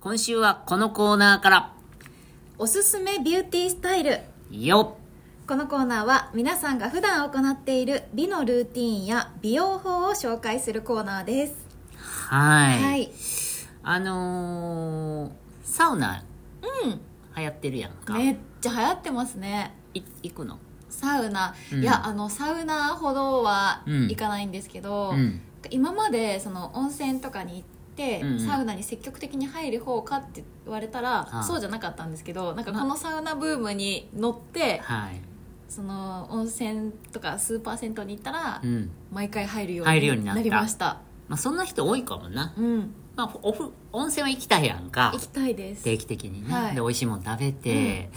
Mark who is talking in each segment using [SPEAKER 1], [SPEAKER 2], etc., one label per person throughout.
[SPEAKER 1] 今週はこのコーナーから、
[SPEAKER 2] おすすめビューティースタイル
[SPEAKER 1] よっ
[SPEAKER 2] このコーナーは皆さんが普段行っている美のルーティンや美容法を紹介するコーナーです
[SPEAKER 1] は。
[SPEAKER 2] はいい、
[SPEAKER 1] あのー、サウナ流行ってるやんか。
[SPEAKER 2] めっちゃ流行ってますね
[SPEAKER 1] い行くの
[SPEAKER 2] サウナ、
[SPEAKER 1] うん
[SPEAKER 2] いやあのサウナほどは
[SPEAKER 1] うん
[SPEAKER 2] 行かないんですけど、
[SPEAKER 1] うん。
[SPEAKER 2] 今までその温泉とかに行って、
[SPEAKER 1] うんうん
[SPEAKER 2] サウナに積極的に入る方かって言われたら、
[SPEAKER 1] ああ
[SPEAKER 2] そうじゃなかったんですけどなんかこのサウナブームに乗って
[SPEAKER 1] はい。
[SPEAKER 2] その温泉とかスーパー銭湯に行ったら、
[SPEAKER 1] うん。
[SPEAKER 2] 毎回入るよ
[SPEAKER 1] 入るようになった
[SPEAKER 2] りました
[SPEAKER 1] まあそんな人多いかもな。
[SPEAKER 2] うん
[SPEAKER 1] まあ、おふ、温泉は行きたいやんか
[SPEAKER 2] 行。きたいです
[SPEAKER 1] 定期的にね、
[SPEAKER 2] はい
[SPEAKER 1] で美味しいもの食べて、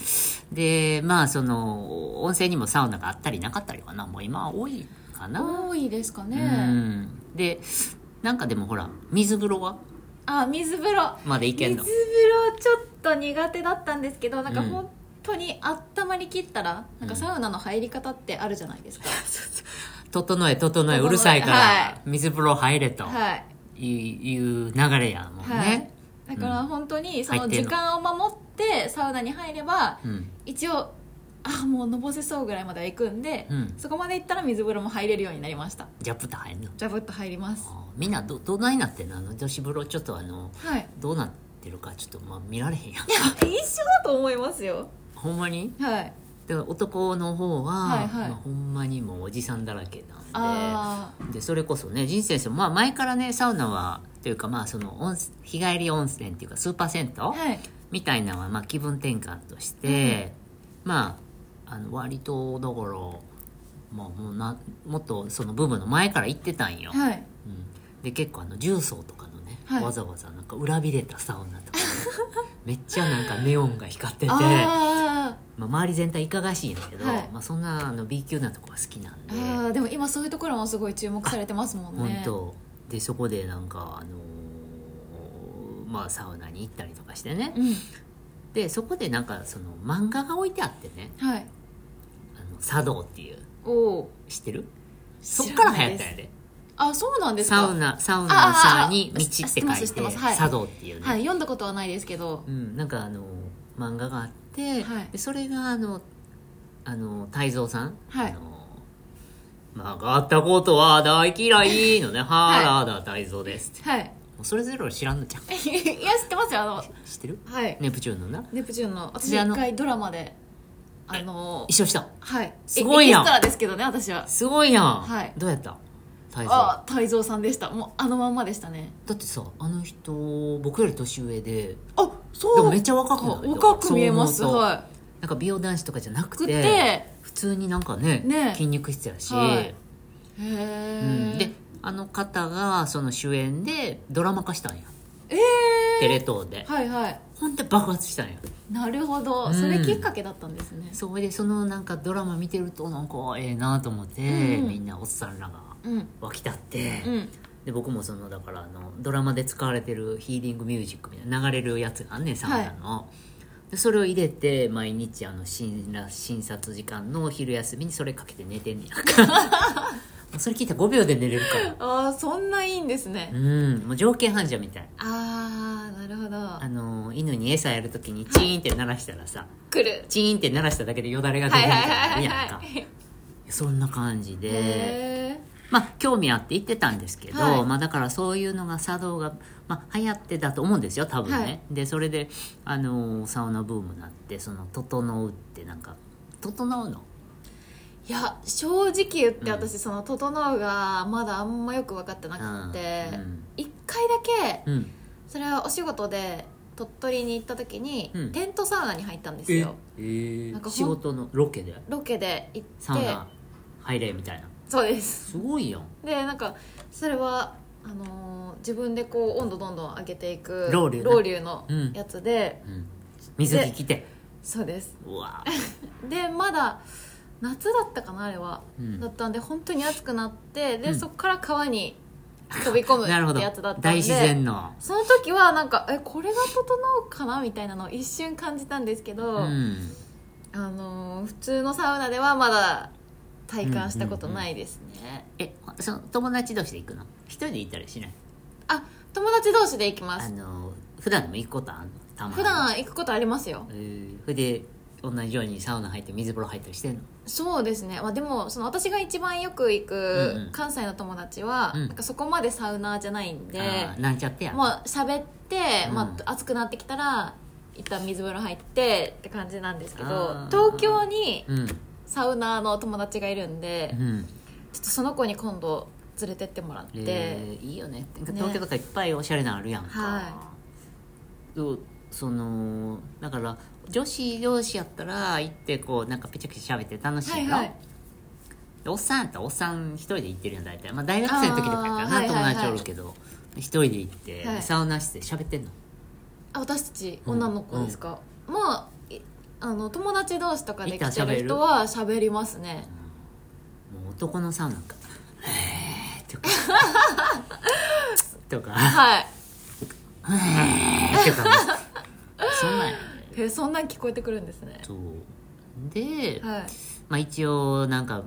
[SPEAKER 1] でまあその温泉にもサウナがあったりなかったりかなもう今は多いかな、
[SPEAKER 2] 多いですか
[SPEAKER 1] う
[SPEAKER 2] ね
[SPEAKER 1] ん、でなんかでもほら水風呂は
[SPEAKER 2] あ水風呂
[SPEAKER 1] まで行けん
[SPEAKER 2] 水
[SPEAKER 1] の
[SPEAKER 2] 風呂ちょっと苦手だったんですけどなんか
[SPEAKER 1] うん
[SPEAKER 2] 本当に温まりきったらなんかサウナの入り方ってあるじゃないです か、
[SPEAKER 1] 整え整え
[SPEAKER 2] 整え
[SPEAKER 1] うるさいから、
[SPEAKER 2] はい
[SPEAKER 1] 水風呂入れと
[SPEAKER 2] はい
[SPEAKER 1] いういう流れやもんね、
[SPEAKER 2] はい、だから本当にその
[SPEAKER 1] 入ってん
[SPEAKER 2] 時
[SPEAKER 1] の
[SPEAKER 2] 間を守ってサウナに入れば
[SPEAKER 1] うん、
[SPEAKER 2] 一応あもうのぼせそうぐらいまでは行くんで、
[SPEAKER 1] うん
[SPEAKER 2] そこまで行ったら水風呂も入れるようになりました
[SPEAKER 1] ジャプタ入んの
[SPEAKER 2] ジャブッと入ります
[SPEAKER 1] あみんなどどないなってんのあの女子風呂ちょっとあの
[SPEAKER 2] はい
[SPEAKER 1] どうなってるかちょっとまあ見られへんやん
[SPEAKER 2] 一緒だと思いますよ
[SPEAKER 1] ほんまに
[SPEAKER 2] はい
[SPEAKER 1] で男の方は、
[SPEAKER 2] はいはい
[SPEAKER 1] まあほんまにもうおじさんだらけなん
[SPEAKER 2] あ
[SPEAKER 1] ででそれこそね人生さん、まあ、前からねサウナはというかまあその温泉日帰り温泉っていうかスーパー銭湯、
[SPEAKER 2] あはい
[SPEAKER 1] みたいなのはまあ気分転換として、まああの割とだから、まあ、もうなもっとそのブームの前から行ってたんよ、
[SPEAKER 2] はい
[SPEAKER 1] うん、で結構あの重曹とかのね、
[SPEAKER 2] はい
[SPEAKER 1] わざわざなんか裏びれたサウナとかね、 めっちゃなんかネオンが光ってて
[SPEAKER 2] あー
[SPEAKER 1] まあ、周り全体いかがわしいんやけど、
[SPEAKER 2] はい
[SPEAKER 1] まあ、そんなあの B 級なとこが好きなんで、
[SPEAKER 2] あーでも今そういうところもすごい注目されてますもん
[SPEAKER 1] 本
[SPEAKER 2] ね
[SPEAKER 1] 当でそこでなんかあのーまあサウナに行ったりとかしてね
[SPEAKER 2] うん
[SPEAKER 1] でそこでなんかその漫画が置いてあってね
[SPEAKER 2] はい
[SPEAKER 1] 「あの茶道」っていう
[SPEAKER 2] おお
[SPEAKER 1] 知ってるそっから流行ったんや
[SPEAKER 2] ね
[SPEAKER 1] で
[SPEAKER 2] あそうなんですか
[SPEAKER 1] サウナサウナの「サ」に「
[SPEAKER 2] あ
[SPEAKER 1] 道」
[SPEAKER 2] あ
[SPEAKER 1] っ
[SPEAKER 2] あ
[SPEAKER 1] て書い
[SPEAKER 2] 知ってます知って
[SPEAKER 1] て
[SPEAKER 2] ますはい
[SPEAKER 1] 茶道」っていうね、
[SPEAKER 2] はい読んだことはないですけど
[SPEAKER 1] うん、なんかあの漫画があって、
[SPEAKER 2] はい
[SPEAKER 1] でそれがあのあの泰造さん、
[SPEAKER 2] はい
[SPEAKER 1] あの曲がったことは大嫌いのね「はーらだ泰造です」って
[SPEAKER 2] はい
[SPEAKER 1] もうそれぞれ知らんのじゃん
[SPEAKER 2] いや知ってますよあの
[SPEAKER 1] 知ってる
[SPEAKER 2] はい
[SPEAKER 1] ネプチューンのな
[SPEAKER 2] ネプチューンの私
[SPEAKER 1] であの
[SPEAKER 2] 一回ドラマであの
[SPEAKER 1] 一緒した
[SPEAKER 2] はい
[SPEAKER 1] すごいやん
[SPEAKER 2] エキストラですけどね私は
[SPEAKER 1] すごいやん、
[SPEAKER 2] はい
[SPEAKER 1] どうやった泰造
[SPEAKER 2] あ泰造さんでしたもうあのまんまでしたね
[SPEAKER 1] だってさあの人僕より年上で
[SPEAKER 2] あ
[SPEAKER 1] で
[SPEAKER 2] そ
[SPEAKER 1] もめっちゃ若くない
[SPEAKER 2] 若く見えます
[SPEAKER 1] そう思うと
[SPEAKER 2] は
[SPEAKER 1] なんか美容男子とかじゃなく
[SPEAKER 2] く
[SPEAKER 1] て
[SPEAKER 2] て
[SPEAKER 1] 普通になんかね
[SPEAKER 2] ね
[SPEAKER 1] 筋肉質やし、
[SPEAKER 2] はいいへ
[SPEAKER 1] うん、で
[SPEAKER 2] え
[SPEAKER 1] あの方がその主演でドラマ化したんや
[SPEAKER 2] え
[SPEAKER 1] テレ東で
[SPEAKER 2] ーはいはい
[SPEAKER 1] ほんで爆発したんや
[SPEAKER 2] なるほど、
[SPEAKER 1] うん
[SPEAKER 2] それきっかけだったんですね
[SPEAKER 1] それでそのなんかドラマ見てるとなんかええなと思って、
[SPEAKER 2] うん
[SPEAKER 1] みんなおっさんらが
[SPEAKER 2] うん
[SPEAKER 1] 湧き立って、
[SPEAKER 2] うん
[SPEAKER 1] で僕もそのだからあのドラマで使われてるヒーリングミュージックみたいな流れるやつがあんねんサウナの、でそれを入れて毎日あの診ら診察時間の昼休みにそれかけて寝てんねや それ聞いたら5秒で寝れるから
[SPEAKER 2] ああそんないいんですね、
[SPEAKER 1] うんもう条件反射みたい
[SPEAKER 2] ああなるほど
[SPEAKER 1] あの犬に餌やるときにチーンって鳴らしたらさ
[SPEAKER 2] 来る
[SPEAKER 1] チーンって鳴らしただけでよだれが出
[SPEAKER 2] は
[SPEAKER 1] る
[SPEAKER 2] い
[SPEAKER 1] み
[SPEAKER 2] はい
[SPEAKER 1] た
[SPEAKER 2] はいい
[SPEAKER 1] な
[SPEAKER 2] は
[SPEAKER 1] や
[SPEAKER 2] い
[SPEAKER 1] んか
[SPEAKER 2] はい
[SPEAKER 1] そんな感じで
[SPEAKER 2] へ
[SPEAKER 1] まあ興味あって行ってたんですけど、
[SPEAKER 2] はい
[SPEAKER 1] まあ、だからそういうのが茶道が、まあ、流行ってたと思うんですよ多分ね、
[SPEAKER 2] はい
[SPEAKER 1] でそれであのサウナブームになってその「整う」ってなんか「整うの
[SPEAKER 2] ーいや正直言って
[SPEAKER 1] うん
[SPEAKER 2] 私、その「整う」がまだあんまよく分かってなくて
[SPEAKER 1] うん
[SPEAKER 2] 一、回だけ
[SPEAKER 1] うん
[SPEAKER 2] それはお仕事で鳥取に行った時に、
[SPEAKER 1] うん
[SPEAKER 2] テントサウナに入ったんですよ
[SPEAKER 1] えー
[SPEAKER 2] なんかほん
[SPEAKER 1] 仕事のロケで
[SPEAKER 2] ロケで行って
[SPEAKER 1] サウナ入れみたいな
[SPEAKER 2] そうです
[SPEAKER 1] すごいやん
[SPEAKER 2] でなんかそれはあのー自分でこう温度どんどん上げていく
[SPEAKER 1] ロウリュね
[SPEAKER 2] の
[SPEAKER 1] うん
[SPEAKER 2] やつで、
[SPEAKER 1] うん、水着着て
[SPEAKER 2] そうです
[SPEAKER 1] うわ
[SPEAKER 2] でまだ夏だったかなあれは、
[SPEAKER 1] うん
[SPEAKER 2] だったんで本当に暑くなってで、
[SPEAKER 1] うん
[SPEAKER 2] そこから川に飛び込 む
[SPEAKER 1] なるほ
[SPEAKER 2] っ
[SPEAKER 1] ど
[SPEAKER 2] てやつだったんで
[SPEAKER 1] 大自然の、
[SPEAKER 2] その時はなんかえこれが整うかなみたいなのを一瞬感じたんですけ
[SPEAKER 1] う
[SPEAKER 2] ど、
[SPEAKER 1] ん、
[SPEAKER 2] あのー普通のサウナではまだ体感したことないですね、
[SPEAKER 1] えその友達同士で行くの一人で行ったりしない
[SPEAKER 2] あ友達同士で行きま
[SPEAKER 1] あ
[SPEAKER 2] す
[SPEAKER 1] の普段でも行くことあんのたまに
[SPEAKER 2] 普段行くことありますよ
[SPEAKER 1] えーそれで同じようにサウナ入って水風呂入ったりしてんの
[SPEAKER 2] そうですね、まあ、でもその私が一番よく行
[SPEAKER 1] うんうん
[SPEAKER 2] く関西の友達は、
[SPEAKER 1] うん
[SPEAKER 2] なんかそこまでサウナーじゃないんで、
[SPEAKER 1] あーなんちゃってやん
[SPEAKER 2] もう喋って、
[SPEAKER 1] うん
[SPEAKER 2] まあ、暑くなってきたら一旦水風呂入ってって感じなんですけど
[SPEAKER 1] あー
[SPEAKER 2] 東京に
[SPEAKER 1] うん
[SPEAKER 2] サウナーの友達がいるんで、
[SPEAKER 1] う
[SPEAKER 2] ちょ
[SPEAKER 1] ん
[SPEAKER 2] っとその子に今度連れてってもらって、
[SPEAKER 1] えーいいよねなんか
[SPEAKER 2] ね
[SPEAKER 1] 東京とかいっぱいおしゃれなのあるやんか、
[SPEAKER 2] は
[SPEAKER 1] そうそのだから女子同士やったら行ってこうなんかペチャペチャ喋って楽しいやろ、
[SPEAKER 2] はいはい
[SPEAKER 1] でおっさんやったらおっさん一人で行ってるやん大体、まあ、大学生の時とかやったらな、
[SPEAKER 2] あーはいはいはい
[SPEAKER 1] 友達おるけど一人で行って、
[SPEAKER 2] はい
[SPEAKER 1] サウナ室で喋ってんの
[SPEAKER 2] あ私たち
[SPEAKER 1] うん
[SPEAKER 2] 女の子ですか、まあいあの友達同士とかで来
[SPEAKER 1] 一
[SPEAKER 2] て
[SPEAKER 1] 旦喋
[SPEAKER 2] る
[SPEAKER 1] る
[SPEAKER 2] 人は喋りますね
[SPEAKER 1] もう男のサウナか「へえ」とか「とか
[SPEAKER 2] はい
[SPEAKER 1] 「へえ」とかそんなんやね
[SPEAKER 2] えそんなん聞こえてくるんですね
[SPEAKER 1] そうで、
[SPEAKER 2] はい
[SPEAKER 1] まあ、一応なんか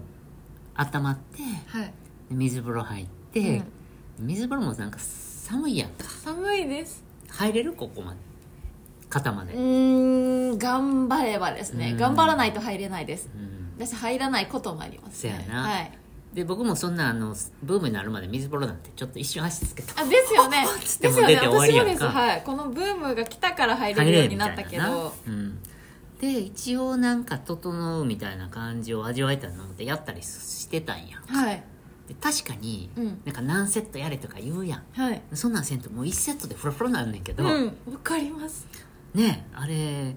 [SPEAKER 1] 温まって
[SPEAKER 2] はい
[SPEAKER 1] 水風呂入って、水風呂もなんか寒いやんか
[SPEAKER 2] 寒いです
[SPEAKER 1] 入れるここまで肩まで、
[SPEAKER 2] う
[SPEAKER 1] うん
[SPEAKER 2] ーん頑張ればですね
[SPEAKER 1] うん
[SPEAKER 2] 頑張らないと入れないです私入らないこともあります、ね、
[SPEAKER 1] そやな
[SPEAKER 2] はい
[SPEAKER 1] で僕もそんなあのブームになるまで水風呂なんてちょっと一瞬足つけた
[SPEAKER 2] あです よね
[SPEAKER 1] っ
[SPEAKER 2] で
[SPEAKER 1] て
[SPEAKER 2] す
[SPEAKER 1] も
[SPEAKER 2] よね
[SPEAKER 1] 出て終わり
[SPEAKER 2] 私
[SPEAKER 1] や
[SPEAKER 2] も
[SPEAKER 1] んか
[SPEAKER 2] ですはいこのブームが来たから入れ
[SPEAKER 1] 入
[SPEAKER 2] るよ
[SPEAKER 1] れ
[SPEAKER 2] う
[SPEAKER 1] る
[SPEAKER 2] に
[SPEAKER 1] み
[SPEAKER 2] な
[SPEAKER 1] た
[SPEAKER 2] っ
[SPEAKER 1] い
[SPEAKER 2] た
[SPEAKER 1] な
[SPEAKER 2] けど
[SPEAKER 1] うん、で一応なんか整うみたいな感じを味わえたのでやったりしてたんや
[SPEAKER 2] はい
[SPEAKER 1] で確かに、
[SPEAKER 2] うん
[SPEAKER 1] なんか何セットやれとか言うやん
[SPEAKER 2] はい
[SPEAKER 1] そんなんせんともう1セットでフラフラなんねんけ
[SPEAKER 2] う
[SPEAKER 1] ど、
[SPEAKER 2] んわかります
[SPEAKER 1] ねあれ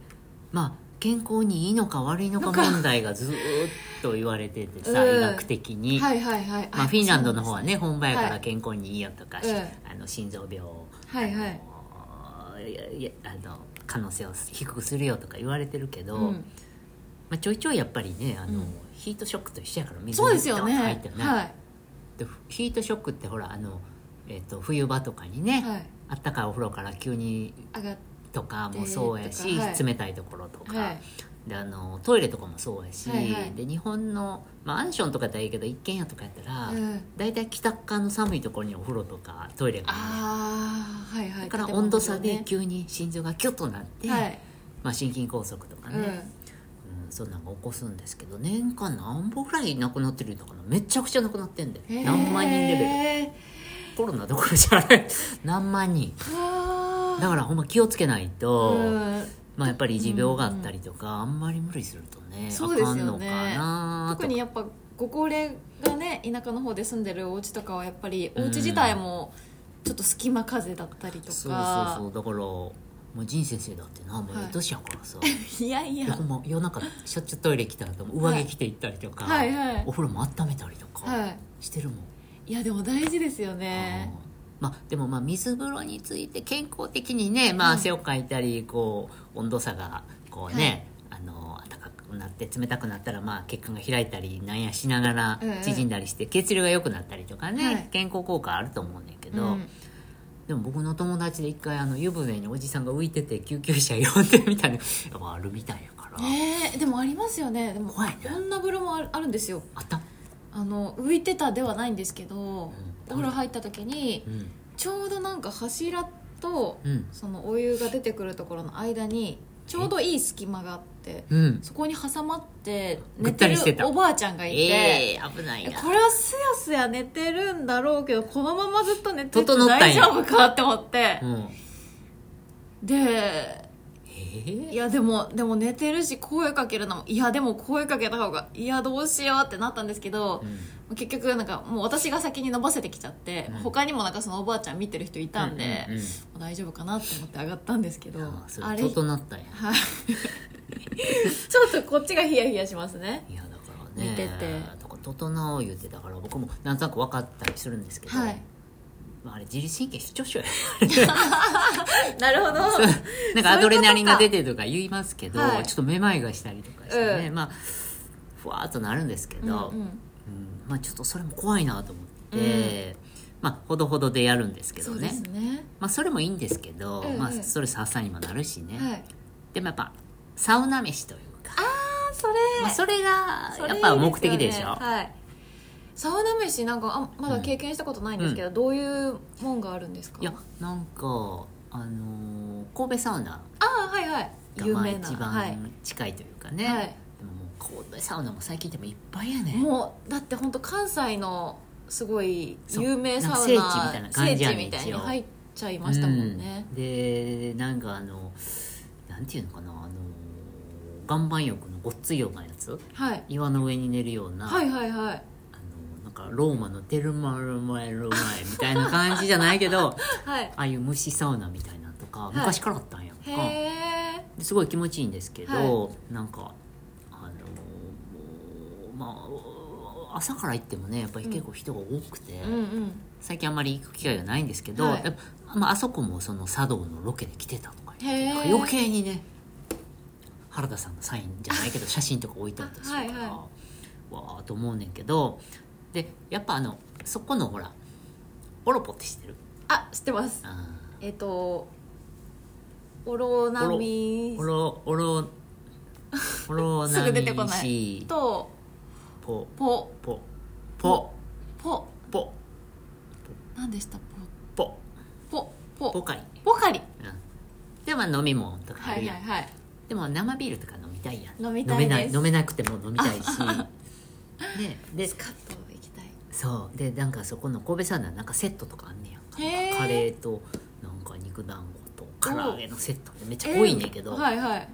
[SPEAKER 1] まあ健康にいいのか悪いのか
[SPEAKER 2] のか
[SPEAKER 1] 問題がずーっと言われててさ、
[SPEAKER 2] うん
[SPEAKER 1] 医学的に、
[SPEAKER 2] はいはいはい
[SPEAKER 1] まあ、
[SPEAKER 2] あ
[SPEAKER 1] フィンランドの方は
[SPEAKER 2] そう
[SPEAKER 1] ね本場やか
[SPEAKER 2] は
[SPEAKER 1] ら
[SPEAKER 2] い
[SPEAKER 1] 健康にいいよとか、
[SPEAKER 2] うん
[SPEAKER 1] あの心臓病、
[SPEAKER 2] はいはい
[SPEAKER 1] あのいやいやあの可能性を低くするよとか言われてるけど、
[SPEAKER 2] なんですね
[SPEAKER 1] まあ、ちょいちょいやっぱりねあの、
[SPEAKER 2] うん
[SPEAKER 1] ヒートショックと一緒やから
[SPEAKER 2] うん
[SPEAKER 1] 水
[SPEAKER 2] そうですよ
[SPEAKER 1] ドン
[SPEAKER 2] ね
[SPEAKER 1] と入ってね、
[SPEAKER 2] はい
[SPEAKER 1] でヒートショックってほらあの、えっと冬場とかにね、
[SPEAKER 2] はい
[SPEAKER 1] あったかいお風呂から急に
[SPEAKER 2] 上がっ
[SPEAKER 1] とかもそうやし、
[SPEAKER 2] えーとかはい
[SPEAKER 1] 冷たいところとか、
[SPEAKER 2] はい
[SPEAKER 1] であのトイレとかもそうやし、
[SPEAKER 2] はいはい
[SPEAKER 1] で日本の、まあ、アンションとかやったらいいけど一軒家とかやったら、
[SPEAKER 2] うん
[SPEAKER 1] 大体北側の寒いところにお風呂とかトイレがあるね
[SPEAKER 2] ああはいは
[SPEAKER 1] だ
[SPEAKER 2] い
[SPEAKER 1] から
[SPEAKER 2] 建
[SPEAKER 1] 温
[SPEAKER 2] 物
[SPEAKER 1] 度
[SPEAKER 2] の
[SPEAKER 1] 差で
[SPEAKER 2] ね
[SPEAKER 1] 急に心臓がキュッとなって、
[SPEAKER 2] はい
[SPEAKER 1] まあ、心筋梗塞とか
[SPEAKER 2] う
[SPEAKER 1] ね、
[SPEAKER 2] ん
[SPEAKER 1] うん、そんなんが起こすんですけど年間何本ぐらい亡くなってるのかなめちゃくちゃ亡くなってんだよ、
[SPEAKER 2] へー
[SPEAKER 1] 何万人レベルコロナどころじゃない 何万人
[SPEAKER 2] はー
[SPEAKER 1] だからほんま気をつけないと、
[SPEAKER 2] うん
[SPEAKER 1] まあ、やっぱり持病があったりとか、あんまり無理するとね
[SPEAKER 2] そうですよ
[SPEAKER 1] あ
[SPEAKER 2] ね
[SPEAKER 1] かんのかなと
[SPEAKER 2] 特にやっぱご高齢がね田舎の方で住んでるお家とかはやっぱりお家自体もちょっと隙間風だったりとか
[SPEAKER 1] そうそうそうだからもう仁先生だってなもう
[SPEAKER 2] はい
[SPEAKER 1] ええ年やからさ、
[SPEAKER 2] いやい
[SPEAKER 1] で
[SPEAKER 2] や
[SPEAKER 1] ほんま夜中しょっちゅうトイレ来たら上着着て行ったりとか、
[SPEAKER 2] はいはいはい
[SPEAKER 1] お風呂も温めたりとか、
[SPEAKER 2] は
[SPEAKER 1] してるもん
[SPEAKER 2] いいやでも大事ですよね
[SPEAKER 1] まあ、でもまあ水風呂について健康的にね、まあ、
[SPEAKER 2] うん
[SPEAKER 1] 汗をかいたりこう温度差がこうね、あの暖かくなって冷たくなったらまあ血管が開いたりなんやしながら
[SPEAKER 2] うんうん
[SPEAKER 1] 縮んだりして血流が良くなったりとかね、
[SPEAKER 2] はい
[SPEAKER 1] 健康効果あると思うねんけ
[SPEAKER 2] う
[SPEAKER 1] ど、
[SPEAKER 2] ん
[SPEAKER 1] でも僕の友達で一回あの湯船におじさんが浮いてて救急車呼んでみたいな やっぱあるみたいやから、
[SPEAKER 2] ねえでもありますよねでも
[SPEAKER 1] 怖いね
[SPEAKER 2] 女風呂もあるあるんですよ
[SPEAKER 1] あった、
[SPEAKER 2] あの浮いてたではないんですけど
[SPEAKER 1] ん
[SPEAKER 2] お風呂入った時に
[SPEAKER 1] うん
[SPEAKER 2] ちょうどなんか柱と
[SPEAKER 1] うん
[SPEAKER 2] そのお湯が出てくるところの間にちょうどいい隙間があって
[SPEAKER 1] うん、
[SPEAKER 2] そこに挟まって
[SPEAKER 1] ぐ
[SPEAKER 2] 寝
[SPEAKER 1] った
[SPEAKER 2] て
[SPEAKER 1] りして
[SPEAKER 2] る
[SPEAKER 1] た
[SPEAKER 2] おばあちゃんがいて、
[SPEAKER 1] ええ危ないな
[SPEAKER 2] これはすやすや寝てるんだろうけどこのままずっと寝てて
[SPEAKER 1] 整ったんや
[SPEAKER 2] 大丈夫かって思って
[SPEAKER 1] うん、
[SPEAKER 2] で
[SPEAKER 1] え
[SPEAKER 2] いやでもでも寝てるし声かけるのもいやでも声かけた方がいやどうしようってなったんですけど
[SPEAKER 1] う、ん
[SPEAKER 2] 結局なんかもう私が先に伸ばせてきちゃって、
[SPEAKER 1] うん
[SPEAKER 2] 他にもなんかそのおばあちゃん見てる人いたんで、
[SPEAKER 1] うんうん
[SPEAKER 2] もう大丈夫かなって思って上がったんですけど
[SPEAKER 1] あそ
[SPEAKER 2] あ
[SPEAKER 1] れ
[SPEAKER 2] れはい
[SPEAKER 1] 整ったんや
[SPEAKER 2] ちょっとこっちがヒヤヒヤします ね
[SPEAKER 1] いやだからね
[SPEAKER 2] 見てて
[SPEAKER 1] だから整う言ってだから僕もなんとなく分かったりするんですけど、
[SPEAKER 2] はい
[SPEAKER 1] まあ、あれ自律神経失調症 や
[SPEAKER 2] な るほど
[SPEAKER 1] なんかアドレナリンが出てるとか言いますけど
[SPEAKER 2] はい
[SPEAKER 1] ちょっとめまいがしたりとかしてね、
[SPEAKER 2] うん
[SPEAKER 1] まあふわーっとなるんですけど、
[SPEAKER 2] うんうん
[SPEAKER 1] うんまあ、ちょっとそれも怖いなと思って、まあほどほどでやるんですけど
[SPEAKER 2] そうで
[SPEAKER 1] ね
[SPEAKER 2] すね
[SPEAKER 1] まあ、それもいいんですけど、
[SPEAKER 2] うんうん
[SPEAKER 1] まあ、それ支えにもなるしね、
[SPEAKER 2] はい
[SPEAKER 1] でもやっぱサウナ飯というか
[SPEAKER 2] あそれ
[SPEAKER 1] まあ、それが
[SPEAKER 2] それ
[SPEAKER 1] や
[SPEAKER 2] い
[SPEAKER 1] っ
[SPEAKER 2] い
[SPEAKER 1] ぱ
[SPEAKER 2] すよね
[SPEAKER 1] 目的でしょ
[SPEAKER 2] はいサウナ飯なんかあまだ経験したことないんですけど、どういうもんがあるんですか
[SPEAKER 1] いやなんかあのー神戸サウナ
[SPEAKER 2] ああはいはい
[SPEAKER 1] が
[SPEAKER 2] 有
[SPEAKER 1] まあ
[SPEAKER 2] 名な
[SPEAKER 1] 一
[SPEAKER 2] はい
[SPEAKER 1] 番近いというかね、
[SPEAKER 2] はい
[SPEAKER 1] でももう神戸サウナも最近でもいっぱいやね
[SPEAKER 2] もうだって本当関西のすごい有名サウナ
[SPEAKER 1] そうなんか聖地みたいな感じやね
[SPEAKER 2] 聖地みたいに
[SPEAKER 1] 一応
[SPEAKER 2] 入っちゃいましたもんね、
[SPEAKER 1] うんでなんかあのなんていうのかなあの岩盤浴のごっついようなやつ
[SPEAKER 2] はい
[SPEAKER 1] 岩の上に寝るような、
[SPEAKER 2] はいはいはい
[SPEAKER 1] あのなんかローマのテルマルマエロマエみたいな感じじゃないけど
[SPEAKER 2] はい
[SPEAKER 1] ああいう虫サウナみたいなのとか
[SPEAKER 2] い
[SPEAKER 1] 昔からあったんやんか、
[SPEAKER 2] へえ
[SPEAKER 1] ですごい気持ちいいんですけど、なんかあのもうまあ朝から行ってもねやっぱり結構人が多くて、
[SPEAKER 2] うんうん
[SPEAKER 1] 最近あんまり行く機会がないんですけど、
[SPEAKER 2] はい
[SPEAKER 1] やっぱまあ、あそこもその茶道のロケで来てたとか言って
[SPEAKER 2] へー
[SPEAKER 1] 余計にね原田さんのサインじゃない けど写真とか置いてあったりするから
[SPEAKER 2] はい
[SPEAKER 1] わ
[SPEAKER 2] は
[SPEAKER 1] ーと思うねんけどでやっぱあのそこのほらオロポって知ってる
[SPEAKER 2] あ知ってます
[SPEAKER 1] あ
[SPEAKER 2] えっ、とオロナミ
[SPEAKER 1] ーオロオロオロ
[SPEAKER 2] す
[SPEAKER 1] ナ
[SPEAKER 2] ぐ
[SPEAKER 1] ミ
[SPEAKER 2] 出てこない
[SPEAKER 1] シ
[SPEAKER 2] と
[SPEAKER 1] ポ
[SPEAKER 2] ポ
[SPEAKER 1] ポポ
[SPEAKER 2] ポ
[SPEAKER 1] ポ
[SPEAKER 2] 何でした
[SPEAKER 1] ポ
[SPEAKER 2] ポポ
[SPEAKER 1] ポ
[SPEAKER 2] ポ
[SPEAKER 1] カリ、
[SPEAKER 2] ポカリ
[SPEAKER 1] うん、でまあ飲み物とかあ
[SPEAKER 2] は
[SPEAKER 1] る
[SPEAKER 2] い
[SPEAKER 1] やん
[SPEAKER 2] はいはい
[SPEAKER 1] でも生ビールとか飲みたいやん
[SPEAKER 2] 飲みた
[SPEAKER 1] 飲
[SPEAKER 2] い
[SPEAKER 1] めない
[SPEAKER 2] です
[SPEAKER 1] 飲めなくても飲みたいし ねで
[SPEAKER 2] スカッと行きたい
[SPEAKER 1] そうでなんかそこの神戸サウナなんかセットとかあんねやんか
[SPEAKER 2] へー
[SPEAKER 1] カレーとなんか肉団子と唐揚げのセットでめっちゃ多いねんけど、
[SPEAKER 2] えーはいはい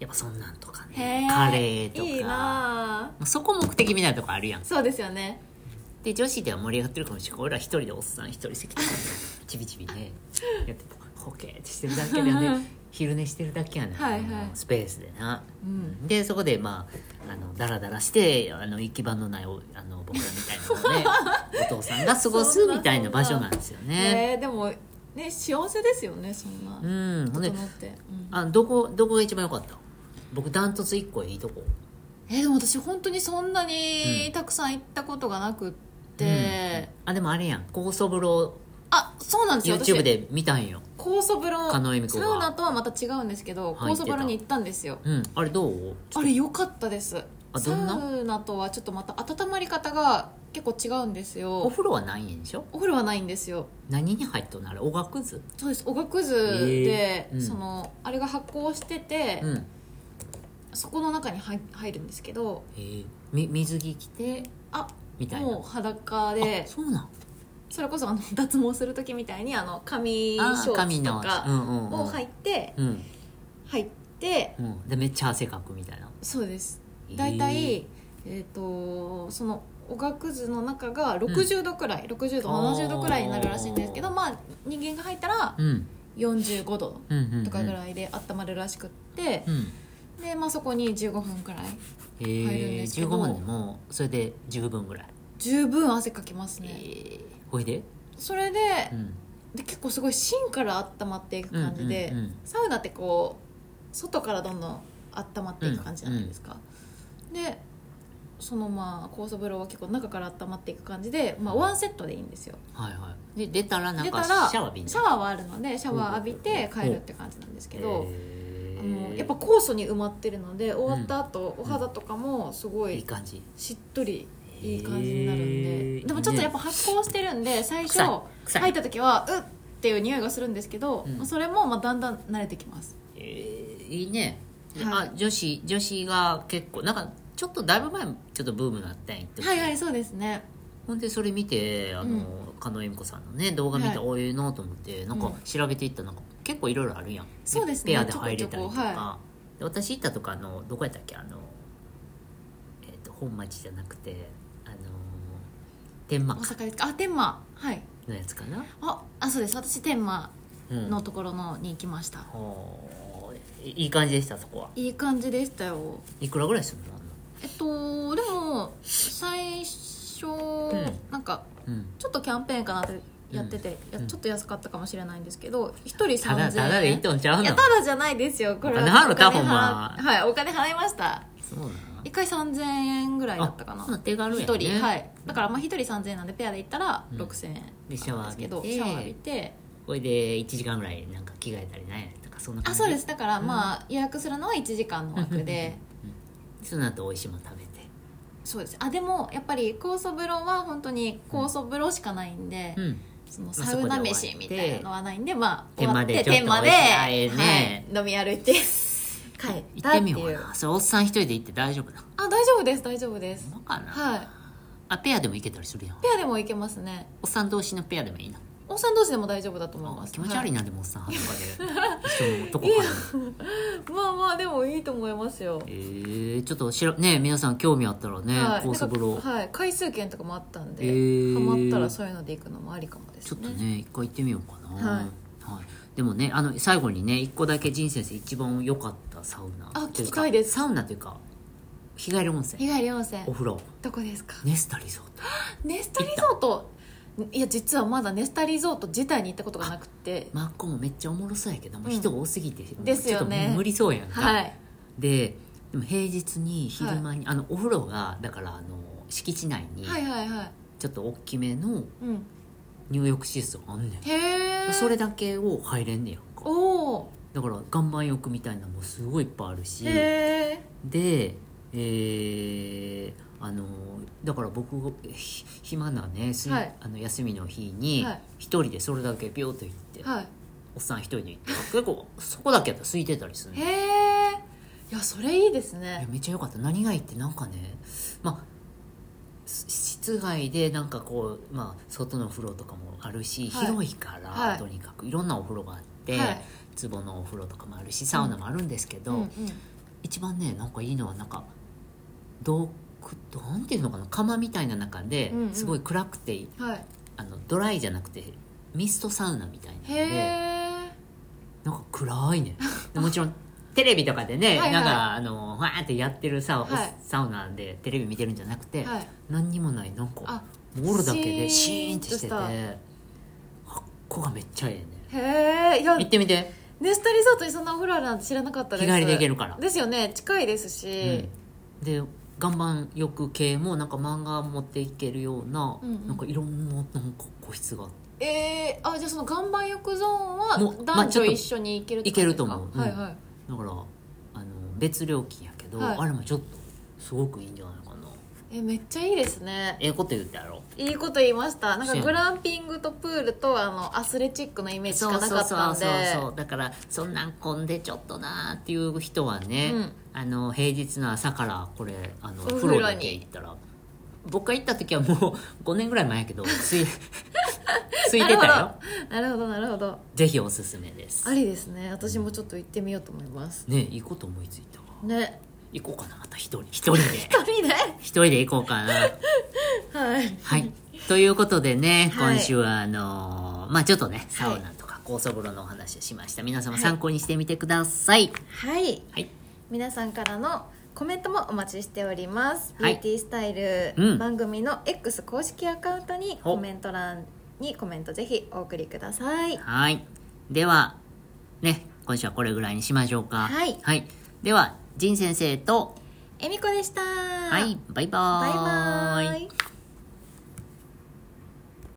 [SPEAKER 1] やっぱそんなんとか
[SPEAKER 2] へ
[SPEAKER 1] ね
[SPEAKER 2] ー
[SPEAKER 1] カレーとか
[SPEAKER 2] いいな
[SPEAKER 1] まあそこ目的みたいなとこあるやん
[SPEAKER 2] ぁそうですよね
[SPEAKER 1] で女子では盛り上がってるかもしれない俺ら一人でおっさん一人席とかちびちびねやってホケーってしてるだけで ね昼寝してるだけやねん、
[SPEAKER 2] はいはい
[SPEAKER 1] あのスペースでな
[SPEAKER 2] うん
[SPEAKER 1] でそこでまああのダラダラしてあの行き場のないおあの僕らみ たいなのをねお父さんが過ごすみたいな場所なんですよね。
[SPEAKER 2] えーでもね幸せですよねそんな
[SPEAKER 1] うん、ほんで
[SPEAKER 2] 整って、うん
[SPEAKER 1] あどこどこが一番良かった僕ダントツ一個いいとこ
[SPEAKER 2] えーでも私本当にそんなにたくさん行ったことがなくって、
[SPEAKER 1] あでもあれやん高素風呂
[SPEAKER 2] あそうなんですよ
[SPEAKER 1] YouTube
[SPEAKER 2] 私
[SPEAKER 1] で見たんよ、
[SPEAKER 2] 高素風呂サ
[SPEAKER 1] 狩野恵美子が
[SPEAKER 2] ウナとはまた違うんですけ
[SPEAKER 1] は
[SPEAKER 2] ど
[SPEAKER 1] い
[SPEAKER 2] 高素風呂に行ったんですよ
[SPEAKER 1] うん、あれどう
[SPEAKER 2] あれ良かったです
[SPEAKER 1] あ
[SPEAKER 2] サ
[SPEAKER 1] どんな
[SPEAKER 2] ウナとはちょっとまた温まり方が結構違うんです
[SPEAKER 1] お
[SPEAKER 2] よ
[SPEAKER 1] 風呂はないんでしょ
[SPEAKER 2] お風呂はないんですよ
[SPEAKER 1] 何に入っとんのあれおがくず、
[SPEAKER 2] そうですおがくず
[SPEAKER 1] え
[SPEAKER 2] で、
[SPEAKER 1] ーうん
[SPEAKER 2] そのあれが発酵してて、
[SPEAKER 1] うん
[SPEAKER 2] そこの中に入入るんですけど
[SPEAKER 1] えーみ水着着て
[SPEAKER 2] あ
[SPEAKER 1] みたいな
[SPEAKER 2] もう裸で
[SPEAKER 1] あそうなん
[SPEAKER 2] それこそあの 脱毛する時みたいにあの紙ショ
[SPEAKER 1] あ
[SPEAKER 2] ーツと
[SPEAKER 1] やつ
[SPEAKER 2] か
[SPEAKER 1] んうんうん
[SPEAKER 2] を履いて
[SPEAKER 1] うん
[SPEAKER 2] 入って
[SPEAKER 1] うん、でめっちゃ汗かくみたいな
[SPEAKER 2] そうです大体、えーとそのおがくずの中が60度くらい、60度
[SPEAKER 1] あー
[SPEAKER 2] 70度くらいになるらしいんですけどまあ人間が入ったら
[SPEAKER 1] うんうん
[SPEAKER 2] 45度
[SPEAKER 1] うんうん
[SPEAKER 2] とかぐ
[SPEAKER 1] い、
[SPEAKER 2] らいで温まるらしくって
[SPEAKER 1] う、ん
[SPEAKER 2] で、まあ、そこに15分くらい
[SPEAKER 1] え
[SPEAKER 2] 入るん
[SPEAKER 1] ー、
[SPEAKER 2] ですけ
[SPEAKER 1] 15
[SPEAKER 2] ど
[SPEAKER 1] 分でもうそれで10分ぐらい、
[SPEAKER 2] 十分汗かきますね、
[SPEAKER 1] えー、ほいで,、
[SPEAKER 2] それで
[SPEAKER 1] うん、
[SPEAKER 2] で結構すごい芯から温まっていく感じで、
[SPEAKER 1] うんうんうん
[SPEAKER 2] サウナってこう外からどんどん温まっていく感じじゃないですか、でそのまあ酵素風呂は結構中から温まっていく感じで、まあ、ワンセットでいいんですよ
[SPEAKER 1] はいはいで出たらなん
[SPEAKER 2] 出
[SPEAKER 1] か
[SPEAKER 2] た
[SPEAKER 1] シャ
[SPEAKER 2] ら
[SPEAKER 1] ワー浴びんの
[SPEAKER 2] シャワーはあるのでシャワー浴びて帰るって感じなんですけど、
[SPEAKER 1] えー
[SPEAKER 2] あのやっぱ酵素に埋まってるので終わった後、
[SPEAKER 1] ん
[SPEAKER 2] お肌とかもすご
[SPEAKER 1] いい
[SPEAKER 2] い
[SPEAKER 1] 感じ
[SPEAKER 2] しっとりいい感じになるんで、
[SPEAKER 1] へー
[SPEAKER 2] でもちょっとやっぱ発酵してるんで最初
[SPEAKER 1] 臭い臭い
[SPEAKER 2] 入った時はうっっていう匂いがするんですけど、
[SPEAKER 1] うん
[SPEAKER 2] まあそれもまあだんだん慣れてきます
[SPEAKER 1] えー、いいね、で
[SPEAKER 2] はい
[SPEAKER 1] あ女子女子が結構なんかちょっとだいぶ前もちょっとブームがあったんやって
[SPEAKER 2] はいはいそうですね
[SPEAKER 1] ほんでそれ見てあの、
[SPEAKER 2] うん
[SPEAKER 1] 狩野恵美子さんのね動画見て、
[SPEAKER 2] はい
[SPEAKER 1] おいいなと思ってなんか
[SPEAKER 2] うん
[SPEAKER 1] 調べていったらなんか結構いろいろあるやん
[SPEAKER 2] そうですね
[SPEAKER 1] ペアで入れたりとか
[SPEAKER 2] ちょこちょこは
[SPEAKER 1] で私行ったとかあのどこやったっけあの、えっと本町じゃなくてあの天
[SPEAKER 2] 大
[SPEAKER 1] 満
[SPEAKER 2] 阪ですかあ天満はい
[SPEAKER 1] のやつかな、
[SPEAKER 2] ああそうです私天満
[SPEAKER 1] うん、
[SPEAKER 2] のところのに行きました、
[SPEAKER 1] ほういいい感じでしたそこはい
[SPEAKER 2] い感じでしたよ
[SPEAKER 1] いくらぐらいするのあんな
[SPEAKER 2] えっとでも最初、
[SPEAKER 1] ん
[SPEAKER 2] なんか
[SPEAKER 1] うん
[SPEAKER 2] ちょっとキャンペーンかなってやってて、いやちょっと安かったかもしれないんですけど一人
[SPEAKER 1] た
[SPEAKER 2] 3000
[SPEAKER 1] だ
[SPEAKER 2] 円
[SPEAKER 1] ただでいいとんちゃうの
[SPEAKER 2] いやただじゃないですよこれは
[SPEAKER 1] お金払うた
[SPEAKER 2] お金払
[SPEAKER 1] ほんま
[SPEAKER 2] はいお金払いました
[SPEAKER 1] そうなの
[SPEAKER 2] 1回3000円ぐらいだったかな
[SPEAKER 1] あ手軽やね
[SPEAKER 2] 1人はいだからまあ1人3000円なんでペアで行ったら
[SPEAKER 1] うん
[SPEAKER 2] 6000円
[SPEAKER 1] でシャ
[SPEAKER 2] なん
[SPEAKER 1] ワ
[SPEAKER 2] です
[SPEAKER 1] ー
[SPEAKER 2] け
[SPEAKER 1] 浴
[SPEAKER 2] ど
[SPEAKER 1] びて
[SPEAKER 2] シャワー浴びて
[SPEAKER 1] これで1時間ぐらいなんか着替えたりなんやとかそんな感
[SPEAKER 2] あ
[SPEAKER 1] じ
[SPEAKER 2] そうですだから
[SPEAKER 1] うん
[SPEAKER 2] まあ予約するのは1時間の枠で
[SPEAKER 1] その後美味しいもの食べて
[SPEAKER 2] そうですあでもやっぱり酵素風呂は本当に酵素風呂しかないんで
[SPEAKER 1] うん
[SPEAKER 2] そのサウナ飯みたいなのはないんでまあ
[SPEAKER 1] 天まで
[SPEAKER 2] 天まで
[SPEAKER 1] ちょっと美味しいあええね
[SPEAKER 2] はい、飲み歩い て帰っ
[SPEAKER 1] 行った
[SPEAKER 2] ってて
[SPEAKER 1] み
[SPEAKER 2] い
[SPEAKER 1] ようか
[SPEAKER 2] う
[SPEAKER 1] なそれおっさん一人で行って大丈夫な
[SPEAKER 2] あ大丈夫です大丈夫です
[SPEAKER 1] のかな、
[SPEAKER 2] はい
[SPEAKER 1] あペアでも行けたりするやん
[SPEAKER 2] ペアでもいけますね
[SPEAKER 1] おっさん同士のペアでもいいな
[SPEAKER 2] おっさん同士でも大丈夫だと思います
[SPEAKER 1] 気持ち悪い
[SPEAKER 2] は
[SPEAKER 1] な、でもおっさん 裸で一緒のとこから
[SPEAKER 2] いまあまあでもいいと思いますよ
[SPEAKER 1] えー、ちょっとしらね皆さん興味あったらね、
[SPEAKER 2] はい
[SPEAKER 1] 高速風呂
[SPEAKER 2] なんかはい、回数券とかもあったんで、
[SPEAKER 1] えー
[SPEAKER 2] ハマったらそういうので行くのもありかもです
[SPEAKER 1] ちょ
[SPEAKER 2] ね
[SPEAKER 1] っとね一回行ってみようかな、
[SPEAKER 2] はい
[SPEAKER 1] はいでもねあの最後にね一個だけ人生で一番良かったサウナ
[SPEAKER 2] あ
[SPEAKER 1] とう
[SPEAKER 2] 聞き
[SPEAKER 1] か
[SPEAKER 2] たいです
[SPEAKER 1] サウナというか日帰り温泉
[SPEAKER 2] 日帰り温泉
[SPEAKER 1] お風呂
[SPEAKER 2] どこですか
[SPEAKER 1] ネスタリゾート
[SPEAKER 2] ネスタリゾートいや実はまだネスタリゾート自体に行ったことがなくて
[SPEAKER 1] マッコもめっちゃおもろそうやけど、もう
[SPEAKER 2] うん
[SPEAKER 1] 人多すぎて
[SPEAKER 2] ですよね
[SPEAKER 1] ちょっと無理そうやんか、
[SPEAKER 2] はい
[SPEAKER 1] ででも平日に昼間に、あのお風呂がだからあの敷地内に
[SPEAKER 2] はいはいはい
[SPEAKER 1] ちょっと大きめの
[SPEAKER 2] うん
[SPEAKER 1] 入浴施設があんねん
[SPEAKER 2] へえ
[SPEAKER 1] それだけを入れんねやんか
[SPEAKER 2] おお
[SPEAKER 1] だから岩盤浴みたいなのもすごいいっぱいあるし
[SPEAKER 2] へえ
[SPEAKER 1] でえーあのだから僕がひ暇なね、すい
[SPEAKER 2] はい
[SPEAKER 1] あの休みの日に
[SPEAKER 2] はい
[SPEAKER 1] 一人でそれだけビョーと行って、
[SPEAKER 2] はい
[SPEAKER 1] おっさん一人で行って結構そこだけやったら空いてたりするの
[SPEAKER 2] へ
[SPEAKER 1] い
[SPEAKER 2] えいやそれいいです
[SPEAKER 1] や
[SPEAKER 2] ね
[SPEAKER 1] めっちゃ良かった何がいいってなんかねまあし室外でなんかこう、まあ、外のお風呂とかもあるし、
[SPEAKER 2] はい
[SPEAKER 1] 広いから、
[SPEAKER 2] はい
[SPEAKER 1] とにかくいろんなお風呂があって、
[SPEAKER 2] はい
[SPEAKER 1] 壺のお風呂とかもあるしサウナもあるんですけど、
[SPEAKER 2] うんうん
[SPEAKER 1] 一番ねなんかいいのはなんか洞窟なんていうのかな釜みたいな中で
[SPEAKER 2] うんうん
[SPEAKER 1] すごい暗くて、
[SPEAKER 2] はい
[SPEAKER 1] あのドライじゃなくてミストサウナみたいなの
[SPEAKER 2] へ
[SPEAKER 1] で
[SPEAKER 2] え
[SPEAKER 1] なんか暗いねでもちろん テレビとかでね
[SPEAKER 2] はいはい
[SPEAKER 1] なんかあのわーってやってるサ,、
[SPEAKER 2] はい
[SPEAKER 1] サウナでテレビ見てるんじゃなくて、
[SPEAKER 2] はい
[SPEAKER 1] 何にもないなんか
[SPEAKER 2] あ
[SPEAKER 1] もうおるだけでシーンってしてて
[SPEAKER 2] シーンと
[SPEAKER 1] ここがめっちゃええね
[SPEAKER 2] へえいや
[SPEAKER 1] 行ってみて
[SPEAKER 2] ネスタリゾートにそんなお風呂あるなんて知らなかったです
[SPEAKER 1] 日帰りで行けるから
[SPEAKER 2] ですよね近いですし、
[SPEAKER 1] うんで岩盤浴系もなんか漫画持っていけるような、
[SPEAKER 2] うんうん
[SPEAKER 1] なんかいろんななんか個室があって
[SPEAKER 2] えー、あじゃあその岩盤浴ゾーン
[SPEAKER 1] も
[SPEAKER 2] は
[SPEAKER 1] まあ
[SPEAKER 2] 男
[SPEAKER 1] ちょっと
[SPEAKER 2] 女一緒に行けるって
[SPEAKER 1] 行けると
[SPEAKER 2] 感
[SPEAKER 1] 思
[SPEAKER 2] じ
[SPEAKER 1] う
[SPEAKER 2] ですかはいはい、
[SPEAKER 1] だからあの別料金やけど、
[SPEAKER 2] はい
[SPEAKER 1] あれもちょっとすごくいいんじゃないかな
[SPEAKER 2] えめっちゃいいですね
[SPEAKER 1] ええこと言ってやろ
[SPEAKER 2] いいこと言いましたなんか
[SPEAKER 1] そうやね
[SPEAKER 2] グランピングとプールとあのアスレチックのイメージしかなかったんで
[SPEAKER 1] うだからそんなん混んでちょっとなーっていう人はね、
[SPEAKER 2] うん
[SPEAKER 1] あの平日の朝からこれあの
[SPEAKER 2] お
[SPEAKER 1] 風
[SPEAKER 2] 風呂に
[SPEAKER 1] 呂だけ行ったら僕が行った時はもう5年ぐらい前やけどつ いついてたよ
[SPEAKER 2] なるほどなるほど
[SPEAKER 1] ぜひおすすめです
[SPEAKER 2] ありですね私もちょっと行ってみようと思います
[SPEAKER 1] ねいいこと思いついたわ
[SPEAKER 2] ね
[SPEAKER 1] 行こうかなまた一人一人 で
[SPEAKER 2] 一人で
[SPEAKER 1] 一人で行こうかな
[SPEAKER 2] はい
[SPEAKER 1] はいということでね
[SPEAKER 2] はい
[SPEAKER 1] 今週はあのーまあちょっとねサウナとか高層風呂のお話をしました皆様
[SPEAKER 2] はい
[SPEAKER 1] 参考にしてみてください
[SPEAKER 2] はい
[SPEAKER 1] はい
[SPEAKER 2] 皆さんからのコメントもお待ちしております、
[SPEAKER 1] はい
[SPEAKER 2] ビューティースタイル、
[SPEAKER 1] うん
[SPEAKER 2] 番組の X 公式アカウントに
[SPEAKER 1] お
[SPEAKER 2] コメント欄にコメントぜひお送りください
[SPEAKER 1] はいではね今週はこれぐらいにしましょうか
[SPEAKER 2] はい
[SPEAKER 1] では仁先生と
[SPEAKER 2] えみこでした
[SPEAKER 1] はいバイバ
[SPEAKER 2] バイ
[SPEAKER 1] ー
[SPEAKER 2] バ
[SPEAKER 1] イ
[SPEAKER 2] ーイ